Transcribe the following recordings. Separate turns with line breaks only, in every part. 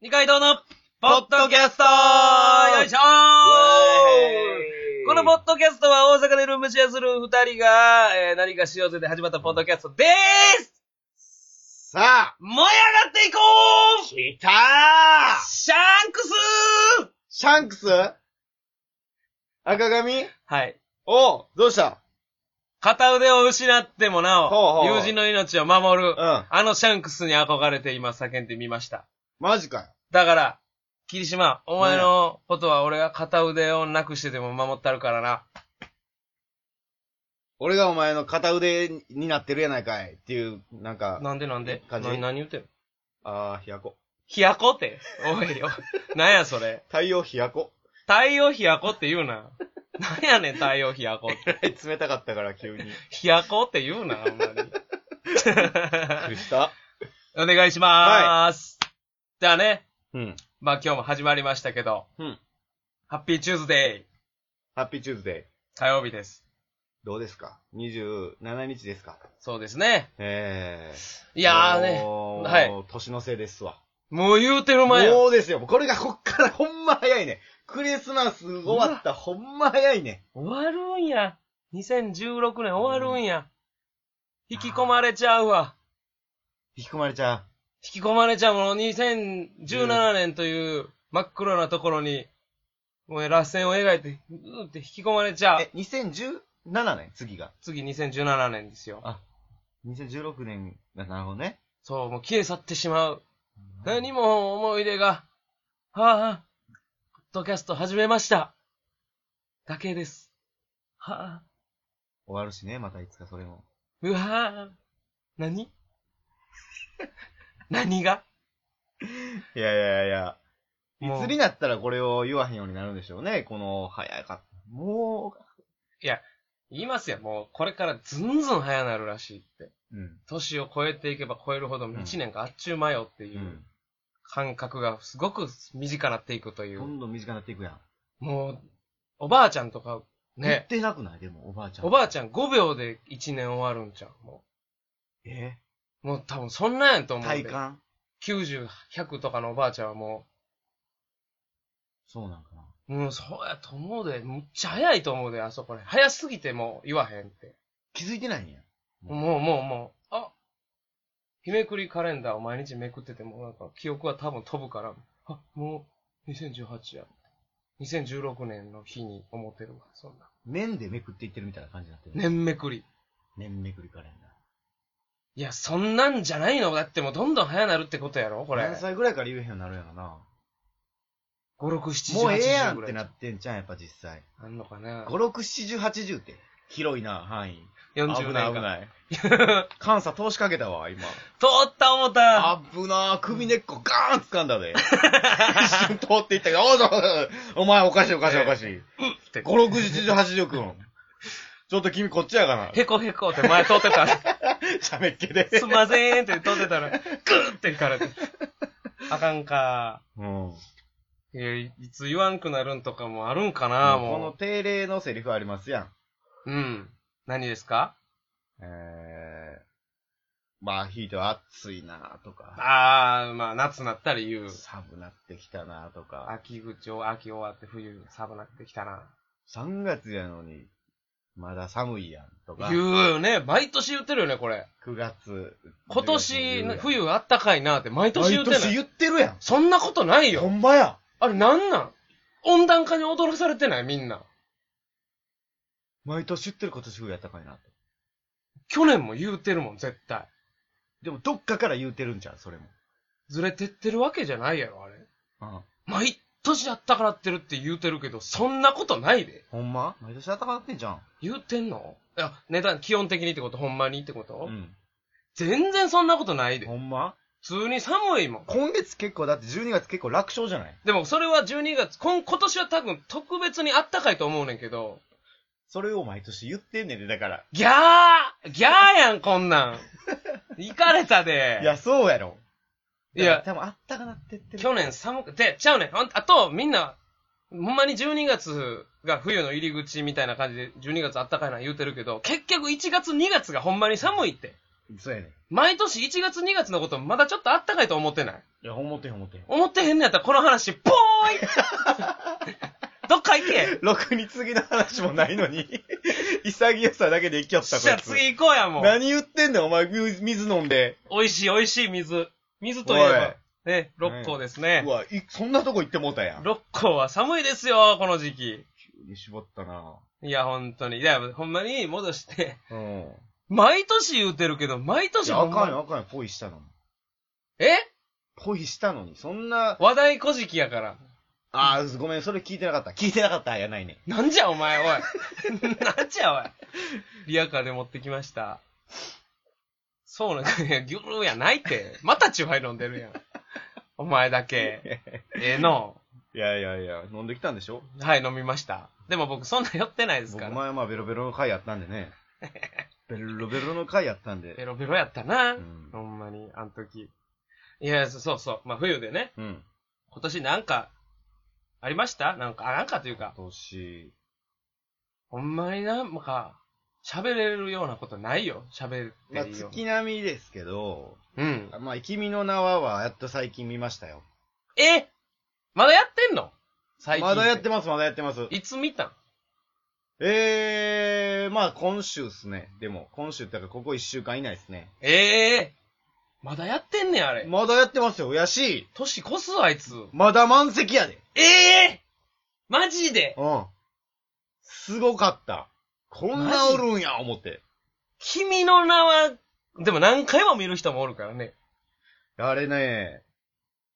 二階堂の、ポッドキャストよいしょーこのポ
も
ッドキャストは大阪でルームシェアする二人が、えー何かしようぜで始まったポッドキャストでーす
さあ、
燃え上がっていこう
来たー
シャンクスー
シャンクス赤髪
はい。
おう、どうした
片腕を失ってもな
ほ
お
う、ほう
友人の命を守る、
うん。
あのシャンクスに憧れて今叫んでみました。
マジかよ。
だから、霧島、お前のことは俺が片腕をなくしてでも守ってあるからな。
俺がお前の片腕になってるやないかいっていう、なんか、
なんでなんでな
感じ
何言ってんの
あー、ひやこ。
ひやこって。おいよ。なんやそれ。
太陽ひやこ。
太陽ひやこって言うな。なんやねん、太陽ひやこって。
冷たかったから急に。
ひやこって言うな、ほんまに。
びっくりした。
お願いしまーす。じゃあね、
うん。
まあ今日も始まりましたけど、
うん。
ハッピーチューズデイ、
ハッピーチューズデ
火曜日です。
イ。どうですか ?27 日ですか
そうですね。
ええー。
いやーね、
もう
はい。
年のせいですわ。
もう言うてる前や。
もうですよ。これがこっからほんま早いね。クリスマス終わったほんま早いね。
終わるんや。2016年終わるんや。引き込まれちゃうわ。
引き込まれちゃ
引き込まれちゃうもの、2017年という真っ黒なところに、もう螺旋を描いて、うーって引き込まれちゃ
う。
う
え。、2017年次が。
次2017年ですよ。
2016年が、なるほどね。
そう、もう消え去ってしまう。何も思い出が、はぁ、はぁ、ポッドキャスト始めました。だけです。は
終わるしね、またいつかそれも。
ぁ、うわぁ、 何何が
いやいやいや。い
もう
つになったらこれを言わへんようになるんでしょうね。この、早かった。も
言いますよ、もうこれからずんずん早なるらしいって。
う。うん。
年を超えていけば超えるほど1年があっちゅうまよって
う。
いううん感覚がすごく短くなっていくという。
どんどん短くなっていくやん。
もう、おばあちゃんとか、
言っ
ね、
てなくないでも、おばあちゃん。
おばあちゃん5秒で1年終わるんちゃうも
え
う。もう多分そんなんやと思う
体
で。
感
90、100とかのおばあちゃんはも
そうなんかな。
う、うん、そうやと思うで、むっちゃ早いと思うで、あそこで。早すぎてもう言わへんって。
気づいてないんや。
もうもうもう、あ日めくりカレンダーを毎日めくってても、なんか記憶は多分飛ぶから、あ、もう2018や。2016年の日に思ってるわ、そんな。
面でめくっていってるみたいな感じになってる。
年めくり。
年めくりカレンダー。
いや、そんなんじゃないのだってもうどんどん早なるってことやろこれ
何。歳ぐらいから言えへんようになるんやろな。
5、6、7、
もうええやん
80
っ
ぐら
て
い
なってんじゃん、やっぱ実際。
あんのかな
5、6、70、80って。広いな、範囲。
?40
危ない危
年が。
ない。 監査投資かけたわ、今。
通った思った
危なー、首根っこガーン掴んだで。 一瞬通っていったけど、おいおいお前おかしいおかしいおかしい。
って
5、6、70、80くん。ちょっと君こっちやかな。
へこへこって前通ってたら、
しゃべっけ で。
すんませんって通ってたら、グーって行かれて。あかんか。
うん。
いや、いつ言わんくなるんとかもあるんかな、
この
も
定例のセリフありますやん。
う。うん。何ですか
えー、まあ、ひいては暑いなとか、
あー、まあ、夏なったら言う。
寒なってきたなとか、
秋口を、秋終わって冬寒なってきたな。
3月やのに、まだ寒いやんとか、
言
9
うよね。毎年言ってるよね、これ。
月。
今
10
年、
月
冬あったかいなって毎年
毎
言ってな
年
い。
言ってるやん。
そんなことない
ほ
よ。
んまや。
あれなんなん温暖化に踊らされてないみんな。
毎年言ってる今年冬やったかいなって。
去年も言うてるもん、絶対。
でも、どっかから言うてるんじゃん、それも。
ずれてってるわけじゃないやろ、あれ。
うん。
毎年あったからってるって言うてるけど、そんなことないで。
ほんま毎年暖かなってんじゃん。
言うてんのいや、値段、基本的にってこと、ほんまにってこと、
ん。
全然そんなことないで。
ほんま
普通に寒いもん。
今月結構、だって12月結構楽勝じゃない
でもそれは12月、今今年は多分特別にあったかいと思うねんけど、
それを毎年言ってんねんで、だから。
ギャーギャーやん、こ んなん。行かれたで。
いや、そうやろ。
いや
多分あったかなってってる。
去年寒くて、ちゃうねん。あんあと、みんな、ほんまに12月が冬の入り口みたいな感じで、12月あったかいな言うてるけど、結局1月2月がほんまに寒いって。
そうやねん。い
毎年1月2月のことまだちょっとあったかいと思ってない
や、思ってへん思ってへん。
思ってへんのやったらこの話、ぽーい どっか行け
ろくに次の話もないのに、 潔さだけで生きよったこ
じゃあ
いつ。
次行こうやもう。
何言ってんだよ、お前、水水飲んで。
美味しい美味しい水。水といえば、ね、
おい
六甲ですね
う。わ、いそんなとこ行ってもうたやん。
六甲は寒いですよ、この時期。
急に絞ったない
や、本当に。いや、ほんまに戻して、
うん。
毎年言うてるけど、毎
い
年
や、
ほ
あ
ん
か
ま
んよ、あかんよ、ポイしたのに。
え
ポイしたのに、そんな、
話題古事記やから。
あー、ごめん、それ聞いてなかった。聞いてなかった、やないねん。
なんじゃお 前、おい。なんじゃおい。リアカーで持ってきました。そうなんか、いや、ギュルやないって。またチューハイ飲んでるやん。お前だけ。ええの。
いやいやいや、飲んできたんでしょ
はい、飲みました。でも僕そんな酔ってないですか
僕
ら。
前まあベロベロの回やったんで ね。ベロベロの回やったん
ベ
で。
ロベロやったな。
うん
ほんまに、あの時。いや、そそうそう。まあ冬でね。
うん。
今年なんか、ありましたなんか、あ、なんかという
今
か、
年、
ほんまになんか、喋れるようなことないよ。喋って
まあ
るよ。
月並みですけど、
うん。
まあ君の名ははやっと最近見ましたよ。
えまだやってんの最近。
まだやって
ま
ます、まだやってます。
いつ見たん
えー、まあ今週っすね。でも、今週ってかここ1週間以内ですね。
ええまだやってんねん、あれ。
まだやってますよ、やし、
年越すわ、あいつ。
まだ満席やで。
ええマジで
うん。すごかった。こんなおるんや、思って。
君の名は、でも何回も見る人もおるからね。
あれね、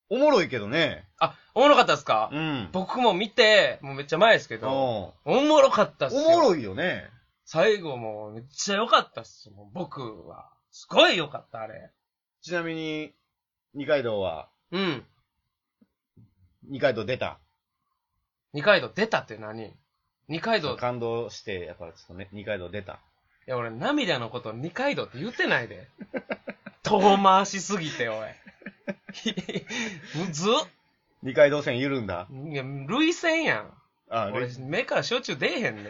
おもろいけどね。
あ、おもろかったっすか
うん。
僕も見て、もうめっちゃ前ですけ
うん
ど、
お
おもろかったっすよ。
もろいよね。
最後もめっちゃ良かったっす。もう僕は。すごい良かった、あれ。
ちなみに、二階堂は、
うん。
二階堂出た。
二階堂出たって何二階堂、い
感動して、やっぱちょっとね、二階堂出た。
や俺涙のこと二階堂って言ってないで。 遠回しすぎて、おい。 むずっ
二階堂線緩んだ。
いや、類線やん。
あ、
俺、目から焼酎出 えへんねん。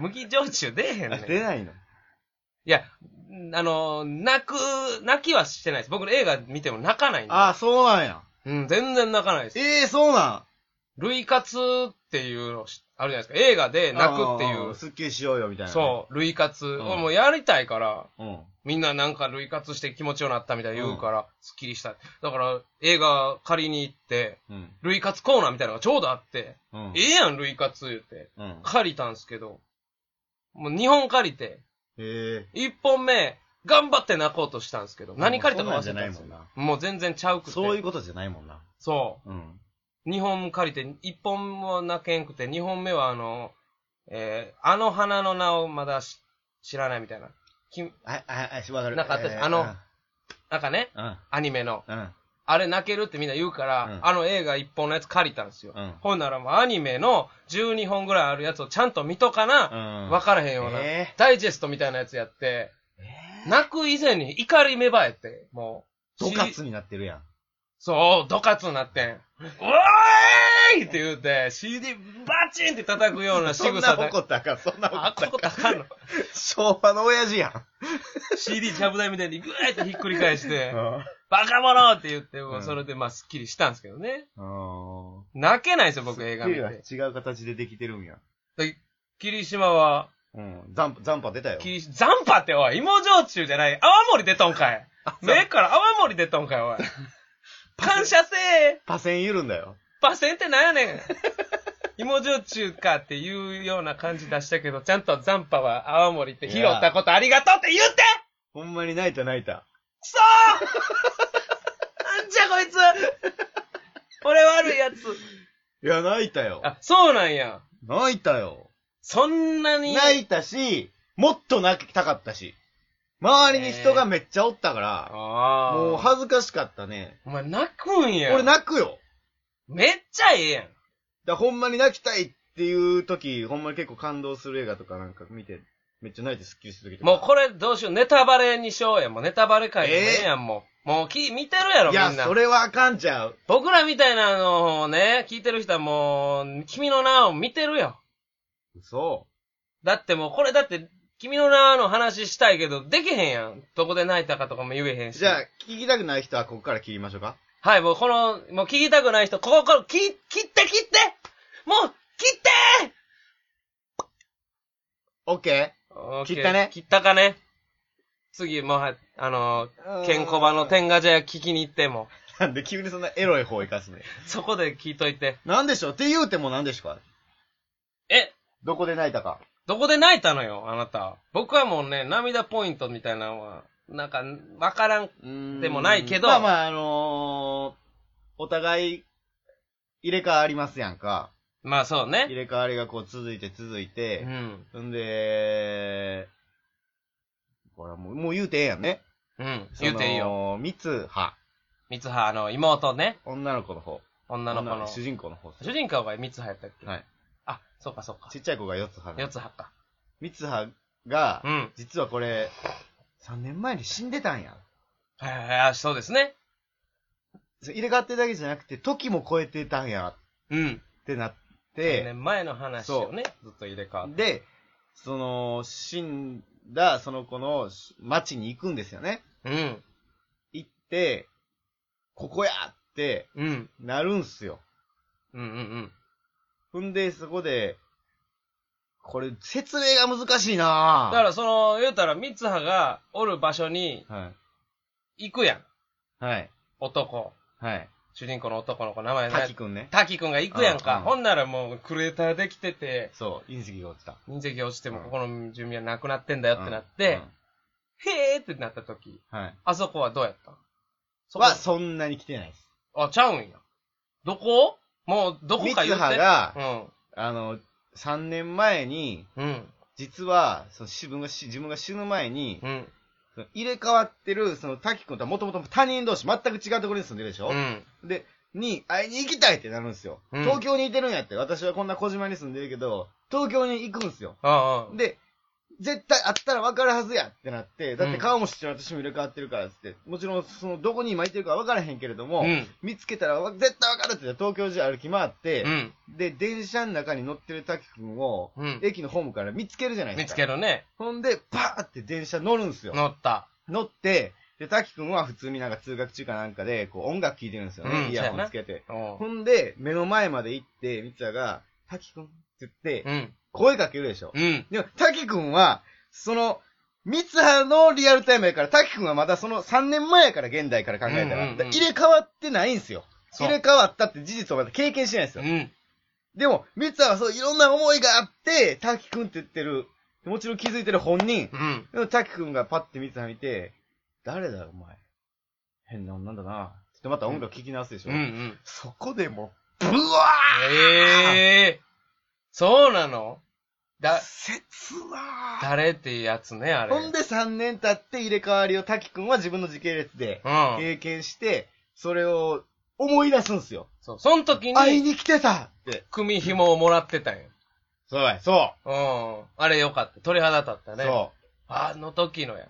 麦焼酎出えへん
あ
ねん。
出ないの。
いや、あの、泣く、泣きはしてないです。僕の映画見ても泣かないんで。
あ、そうなんや。
うん、全然泣かないです。
ええそうなん。
類活っていうのしあるじゃないですか。映画で泣くってい
あー
う。
すっきりしようよ、みたいな。
そう、類活。
ん
俺もうやりたいから、
う。うん。
みんななんか類活して気持ちよなったみたいな言うから、スッキリしたい。だから、映画借りに行って、
うん。
類活コーナーみたいなのがちょうどあって、
うん。
ええやん、類活言うて。
うん。
借りたんすけど、もう2本借りて、
え
1本目、頑張って泣こうとしたんですけど、
うん
何借りたか忘れ
そ
た
ん
ん
なん
で
じ
す
ゃ
よ
ないもん。
もう全然ちゃうく
え
て。
そういうことじゃないもんな。
そう。
うん。
2本借りて、1本も泣けんくて、2本目はあの、えーあの花の名をまだし知らないみたいな。き
はい、はい、はい、わかる。
なんかあったじゃんあのなんかね、
の、
アニメの。
うん。うん。
あれ泣けるってみんな言うから、
うん
あの映画1本のやつ借りたんですよ。
うん
ほんならもうアニメの12本ぐらいあるやつをちゃんと見とかな、
うん。
わからへんような、
え
ダイジェストみたいなやつやって、
ーえ
泣く以前に怒り芽生えて、もう。
ー。ドカ
し
ツになってるやん。
そう、ドカツになってん。うおーいって言うて、CD バチンって叩くような仕
そんな
草で
怒ったらあかん、そんな怒
あ、
ったら
こ
あ
こ
かん。
高いの。
昭和の親父やん。
CD ジャブ台みたいにぐーってひっくり返して、
うん
バカ者って言って、も
う
うんそれでまあスッキリしたんですけどね。
あ
泣けないですよ、僕映
あ。
画見
ビルは
て。
違う形でできてるんや。
霧島は、
うん。残波、残波出たよ。
霧、残波っておい、芋焼酎じゃない、泡盛出とんかい。目から泡盛出とんかい、おい。感謝せー
パセン緩んだよ。
パセンってなんやねん芋焼酎かっていうような感じ出したけど、ちゃんと残波は泡盛って拾ったことありがとうって言って
ほんまに泣いた泣いた。
くそ ーなんじゃこいつ俺悪いやつ。
いや、泣いたよ。
あ、そうなんや。
泣いたよ。
そんなに。
泣いたし、もっと泣きたかったし。周りに人がめっちゃおったから、
ああ。
もう恥ずかしかったね。
お前泣くんや。
俺泣くよ。
めっちゃええやん。
だからほんまに泣きたいっていう時、ほんまに結構感動する映画とかなんか見て、めっちゃ泣いてスッキリする時とか
もうこれどうしよう。ネタバレにしようや。もうネタバレ会でもええやん、もう。もうき、見てるやろ、
い
みん
や、
な
そ。れはあかんちゃう。
僕らみたいなのをね、聞いてる人はもう、君の名を見てるよ。
嘘。
だってもうこれだって、君の名の話したいけど、できへんやん。どこで泣いたかとかも言えへんし。
じゃあ、聞きたくない人はここから切りましょうか。
はい、もうこの、もう聞きたくない人、ここから、き、切って切ってもう、切って
オッケ
オッケー
切ったね
切ったかね次、もうは、あの
う
ー、
ん
ケンコバの天ガジャ聞きに行っても、
ー。 なんで急にそんなエロい方行かすね。
そこで聞いといて。
なんでしょうって言うてもなんでしょうか
え、
どこで泣いたか。
どこで泣いたのよ、あなた。僕はもうね、涙ポイントみたいなのは、なんか、わからん。
うーん
でもないけど
まあまあ、あのー、お互い、入れ替わりますやんか。
まあそう
入
ね。
れ替わりがこう続いて続いうて、
ん。
んで、これはもう、もう言うてええやんね。
うん。言うていいよ。
よ。三つ葉。
三葉、あの、妹ね。
女の子の方。
女の子の。
主人公の方。
主人公が三葉やったっけ
はい。
あ、そうかそうか
ち。っちゃい子が四つ葉。
四葉か。
三つ葉が、
うん。
実はこれ、3年前に死んでたんや。
はいはいはい、そうですね。
入れ替わってるだけじゃなくて、時も超えてたんや、
うん。
ってなっ
3
て、
年前の話をね、ずっと入れ替わって。
で、その、死んだその子の町に行くんですよね。
うん。
行って、ここやって
うん。
なるんすよ。
うんうんうん。
ほんで、そこで、これ、説明が難しいな
だ
ぁ
からその、言うたら三葉がおる場所に
はい。
行くやん。
はい。
男。
はい。
主人公の男の子、名前
滝
ね。
くんね。
滝くんが行くやん
うん
か。
うん
ほんならもう、クレーターできてて、
そう、隕石が落ちた。
隕石落ちても
うん
ここの住民はなくなってんだよってなって、へーってなった時、
うん、うんはい。
あそこはどうやったそこ
は、そんなに来てないです。
あ、ちゃうんや。どこもう、どこ
三
か言って。
葉が、
うん。
あの、3年前に、
うん。
実は、その自分が死、自分が死ぬ前に
う、ん。
その入れ替わってる、その滝君とはもともと他人同士、全く違うところに住んでるでしょ、
うん。
で、に、会いに行きたいってなるんですよ。
うん
東京にいてるんやって、私はこんな小島に住んでるけど、東京に行くんですよ。
ああ。
で、絶対会ったら分かるはずやってなって、だって顔も知ってる私も入れ替わってるからっつって、もちろん、その、どこに今いてるかは分からへんけれども、
うん。
見つけたらわ絶対分かるって言って東京中歩き回って、
うん。
で、電車の中に乗ってる滝くんを、
うん。
駅のホームから見つけるじゃないで
見
すか。
つけるね。
ほんで、バーって電車乗るんですよ。
乗った。
乗って、で、滝くんは普通になんか通学中かなんかで、こう音楽聴いてるんですよね。
うん
イヤ
そうや
ホ
な
ンつけて。
うん
ほんで、目の前まで行って、みつやが、滝くんって言って、
うん。
声かけるでしょ。
うん。
でも、滝くんは、その、三葉のリアルタイムやから、滝くんはまだその3年前やから、現代から考えたら。
うんうんうん
だから入れ替わってないんですよ。
そう
入れ替わったって事実をまだ経験してないんです
う
よ。
ん。
でも、三葉はそういろんな思いがあって、滝くんって言ってる、もちろん気づいてる本人。
うん。
でも、滝くんがパッて三葉見て、誰だよ、お前。変な女だな。ちょっとまた音楽聴き直すでしょ。
うん。うん。
そこでもう、ブワー
ええー。そうなのだ、
切なー
誰っていうやつね、あれ。
ほんで3年経って入れ替わりを滝くんは自分の時系列で
うん。
経験して、それを思い出すんすよ。
そう。その時
会い
に、
に来てたって。
組紐をもらってたんよ。
そうや、そ
うん。あれよかった。鳥肌立った
う
ね。
そ
あの時のや。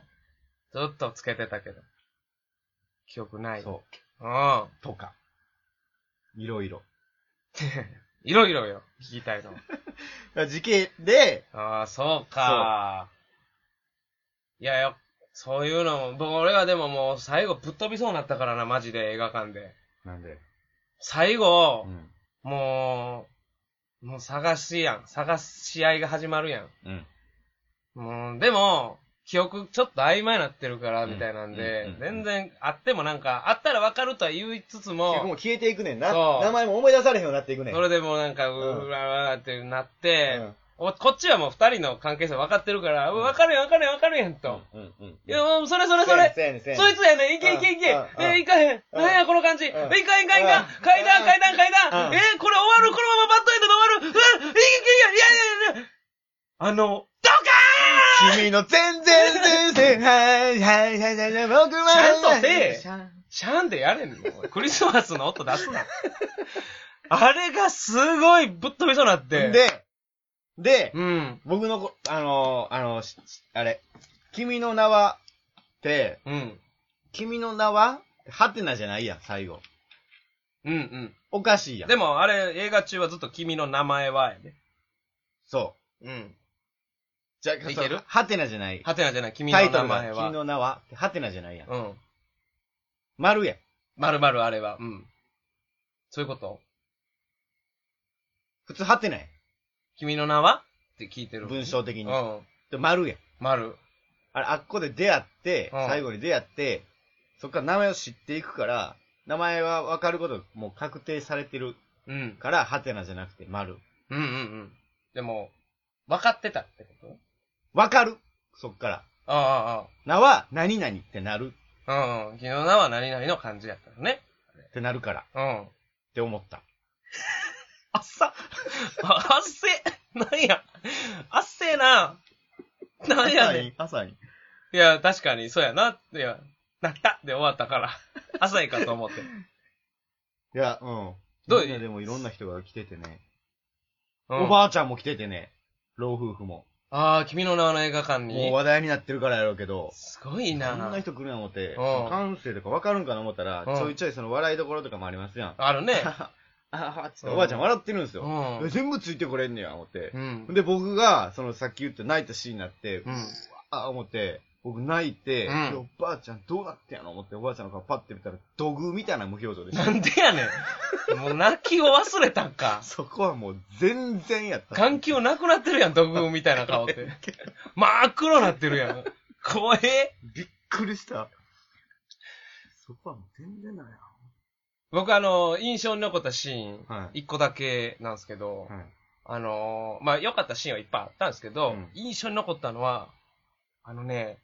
ずっとつけてたけど。記憶な
う。
い。
そう。
うん。
とか。いろいろ。
いろいろよ、聞き たいの。
時系で、
ああ、そうか。いやよ、そういうのも、僕、俺はでももう最後ぶっ飛びそうになったからな、マジで映画館で。
なんで、
最後
う、ん。
もう、もう探しやん。探す試合が始まるやん。
うん。
もう、でも、記憶ちょっと曖昧になってるから、
うん
みたいなん
うん
で
う、ん
全然あってもなんか、あったらわかるとは言いつ
結
つ
局も
も、
う消えていくねんな。
そう
名前も思い出されへんようになっていくねん。
それでもうなんか、う
うん
ーわわーってなって、
うん
おこっちはもう二人の関係性分かってるから、う
うん
分かるやん分かるやん分かるやんと。
うんうんうん。
いや、もうそれそれそ
そうやねん、
れ。
そうやねん、そうや
そ
ね
い
ん。
つやねん、いけいけいけ。
うんうん
え、いかへん。
うん
なんやこの感じ。え、いか
うん
んいかんいか
う。
ん
ん
階段
うん
階段階
う
段。
ん
え、これ終わるこのままバッドエンドで終わる。うん、いけいけいけ、いやいやいやいや。あの、ド
君の全然全然、はいはいはいはいはい、僕は。
ちゃんとせシャンでやれんのクリスマスの音出すな。あれがすごいぶっ飛びそうになって。、
で、で、
うん、
僕のこ、あのーあのーししあれ、君の名は、って、
うん、
君の名はハテナじゃないやん、最後。
うん、うん。
おかしいやん。
でもあれ、映画中はずっと君の名前はやね。
そ
うん。
じゃあ、
いけ
そ
る
うハテナじゃない。
はてなじゃない、君
タ
の
イト
名
ルが、
前
君
は。
の名は、ハテナじゃないやん。
うん。
丸やん。
まるまるあれば。うん。そういうこと
普通ハテナや
君の名はって聞いてる。
ん。文章的に。
うん。
で、丸やん。
丸。
あれ、あっこで出会って、
うん
最後に出会って、そっから名前を知っていくから、名前は分かること、もう確定されてる
うん。
から、ハテナじゃなくて丸。
うんうんうん。でも、分かってたってこと
分かるそっから。
ああ、ああ。
名は、何々ってなる
うんうん。君の名は何々の漢字やったのね。
ってなるから、っ
うん。
て思った。
あっ さ。あっせ。なんや。あっせえな。なんやねん。い
朝に。
や、確かに、そうやな。いや、なったで終わったから。浅いかと思って。
いや、うん。
どう
みんなでもいろんな人が来ててね。
うん
おばあちゃんも来ててね。老夫婦も。
ああ、君の名はの映画館
もう
に。
話題になってるからやろうけど。
すごい
こんな
な。
人来るんや思って、
うん
感性とかわかるんかな思ったら、
うん
ちょいちょいその笑いどころとかもありますやん。
あるね。
あはっつって
うん
おばあちゃん笑ってるんです
う
よ。
ん。
全部ついてこれんねや、思って
う。ん。
で、僕が、そのさっき言った泣いたシーンになって、
うん。
あ、思って、僕泣いて、
うん
いやおばあちゃんどうなってんやの思って、おばあちゃんの顔パッて見たら、土偶みたいな無表情でし
な
た。
んでやねん。もう泣きを忘れたんか。
そこはもう全然やった。
眼球なくなってるやん、毒みたいな顔 って。真っ黒なってるやん。怖え。
びっくりした。そこはもう全然だよ。
僕あの、印象に残ったシーン、
はい。
一個だけなんですけど、あのー、まあ、良かったシーンはいっぱいあったんですけど、
うん
印象に残ったのは、あのね、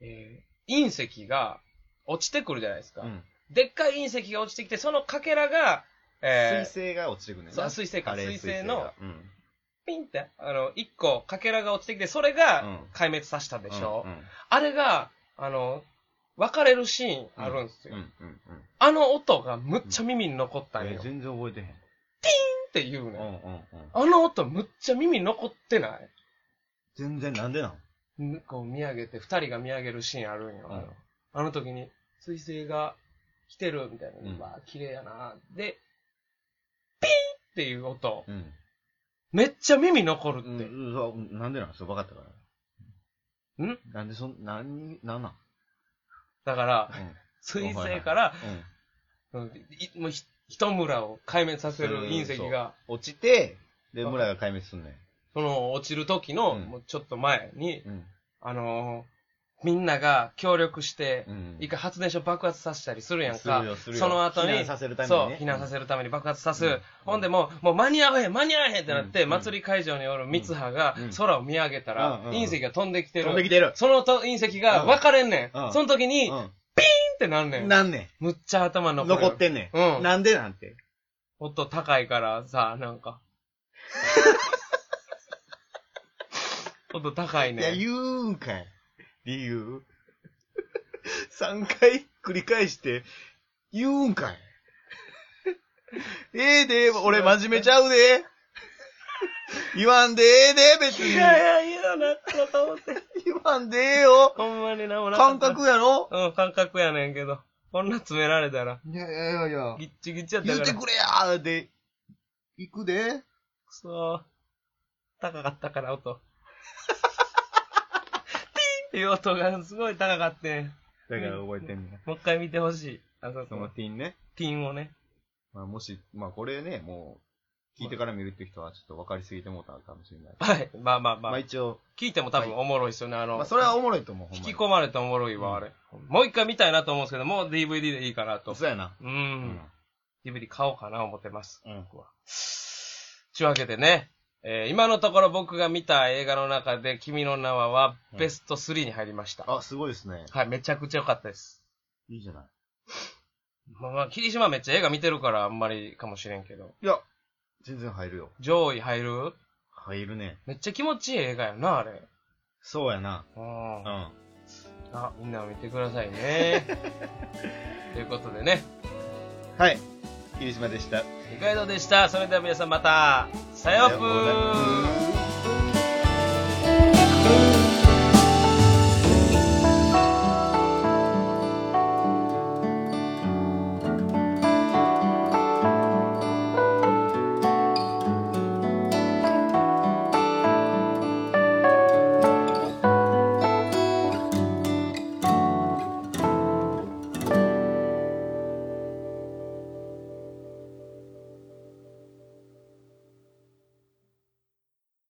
えー隕石が落ちてくるじゃないですか。
うん。
でっかい隕石が落ちてきて、そのかけらが、え
水星が落ちてくるねん
そう
な。
水星か
カレー
水星の
が。うん。
ー、ピンって、あの、一個かけらが落ちてきて、それが
うん
壊滅させたでしょ。
うん
あれが、あの、別れるシーンあるんですよ。
うんうんうんうん。
あの音がむっちゃ耳に残ったんよ。
え
っ
全然覚えてへん。
て言う
う
ね、
んうんんうん。
あの音むっちゃ耳に残ってな
全然なんでなん
いんこう見上げて、二人が見上げるシーンあるんよ。
うん
あの時に、水星が来てるみたいな。
うん
うわぁ、綺麗やなで、ピンっていう音。
うん。
めっちゃ耳残るっ
うん
て。
うわなんでなんそう、分かったから。
ん
なんでそん、なん、なんなん
だから、水星から、
うん。うん
うんいもうひ一村を壊滅させる隕石が、
落ちて、で、村が壊滅すんね
その落ちる時の、
うん
もうちょっと前に、
ん。うん。
あのーみんなが協力して、
うん
一回発電所爆発させたりするやん
する
か。
よするよ
その後に
避難させるために
そう、
ね
避難させるために爆発さす。
うん
ほんでもう、もう間に合わへん、間に合わへんってなって、
うん
祭り会場におる三葉が
うん
空を見上げたら、
うんうん
隕石が飛んできてる。
飛んできてる。
そのと隕石が分かれんねん。
うん
その時に、ピンっ
う
てなんねん。
ん。なんね
むっちゃ頭
ん。
残る。
残ってんねん。
うん
なんでなんて。
音高いからさ、なんか。 音高い
いや、
ねん。
言うんかい。理由。3回繰り返して、言うんかい。ええで、俺真面目ちゃうで。言わんでええで、別に。
や、いや、なったと思って。
言わんでええよ。
ほんまになんもなかっ
感
た
覚やろ
うん、感覚やねんけど。こんな詰められたら、
いやいやいやいや
ギッチギチやった
言
か
う
ら。
てくれやで、行くで。
くそー。高かったから、音。ピーン っていう音がすごい高かってん。
だから覚えてんねん。
もう一回見てほしい。あそ
そ
こ
の
の
ティンね。
ピンをね。
まあもし、まあこれね、もう、聞いてから見るって人はちょっと分かりすぎてもうたかもしれない。
はい。まあまあま
ま
あ。
あ一応、
聞いても多分おもろいっすよね。あの、
まあそれはおもろいと思う、ほん
引
ま
き
に。
込まれておもろいわ、あれ。もう一回見たいなと思うんですけど、もう DVD でいいかなと。
そうやな。
う。
うん
DVD 買おうかな、思ってます。
うん。
ちゅうわけでね、えー今のところ僕が見た映画の中で、君の名ははベスト3に入りました。
あ、すごいですね。
はい、めちゃくちゃ良かったです。
いいじゃない。
まあまあ、霧島めっちゃ映画見てるからあんまりかもしれんけど。
いや、全然入るよ。
上位入る
入るね。
めっちゃ気持ちいい映画やな、あれ。
そうやな。
うん。
ん。
あ、みんなも見てください ね。ということでね、
はい。霧島でした。
二階堂でした。それでは皆さんまた、さようぷ
さような
ー
ら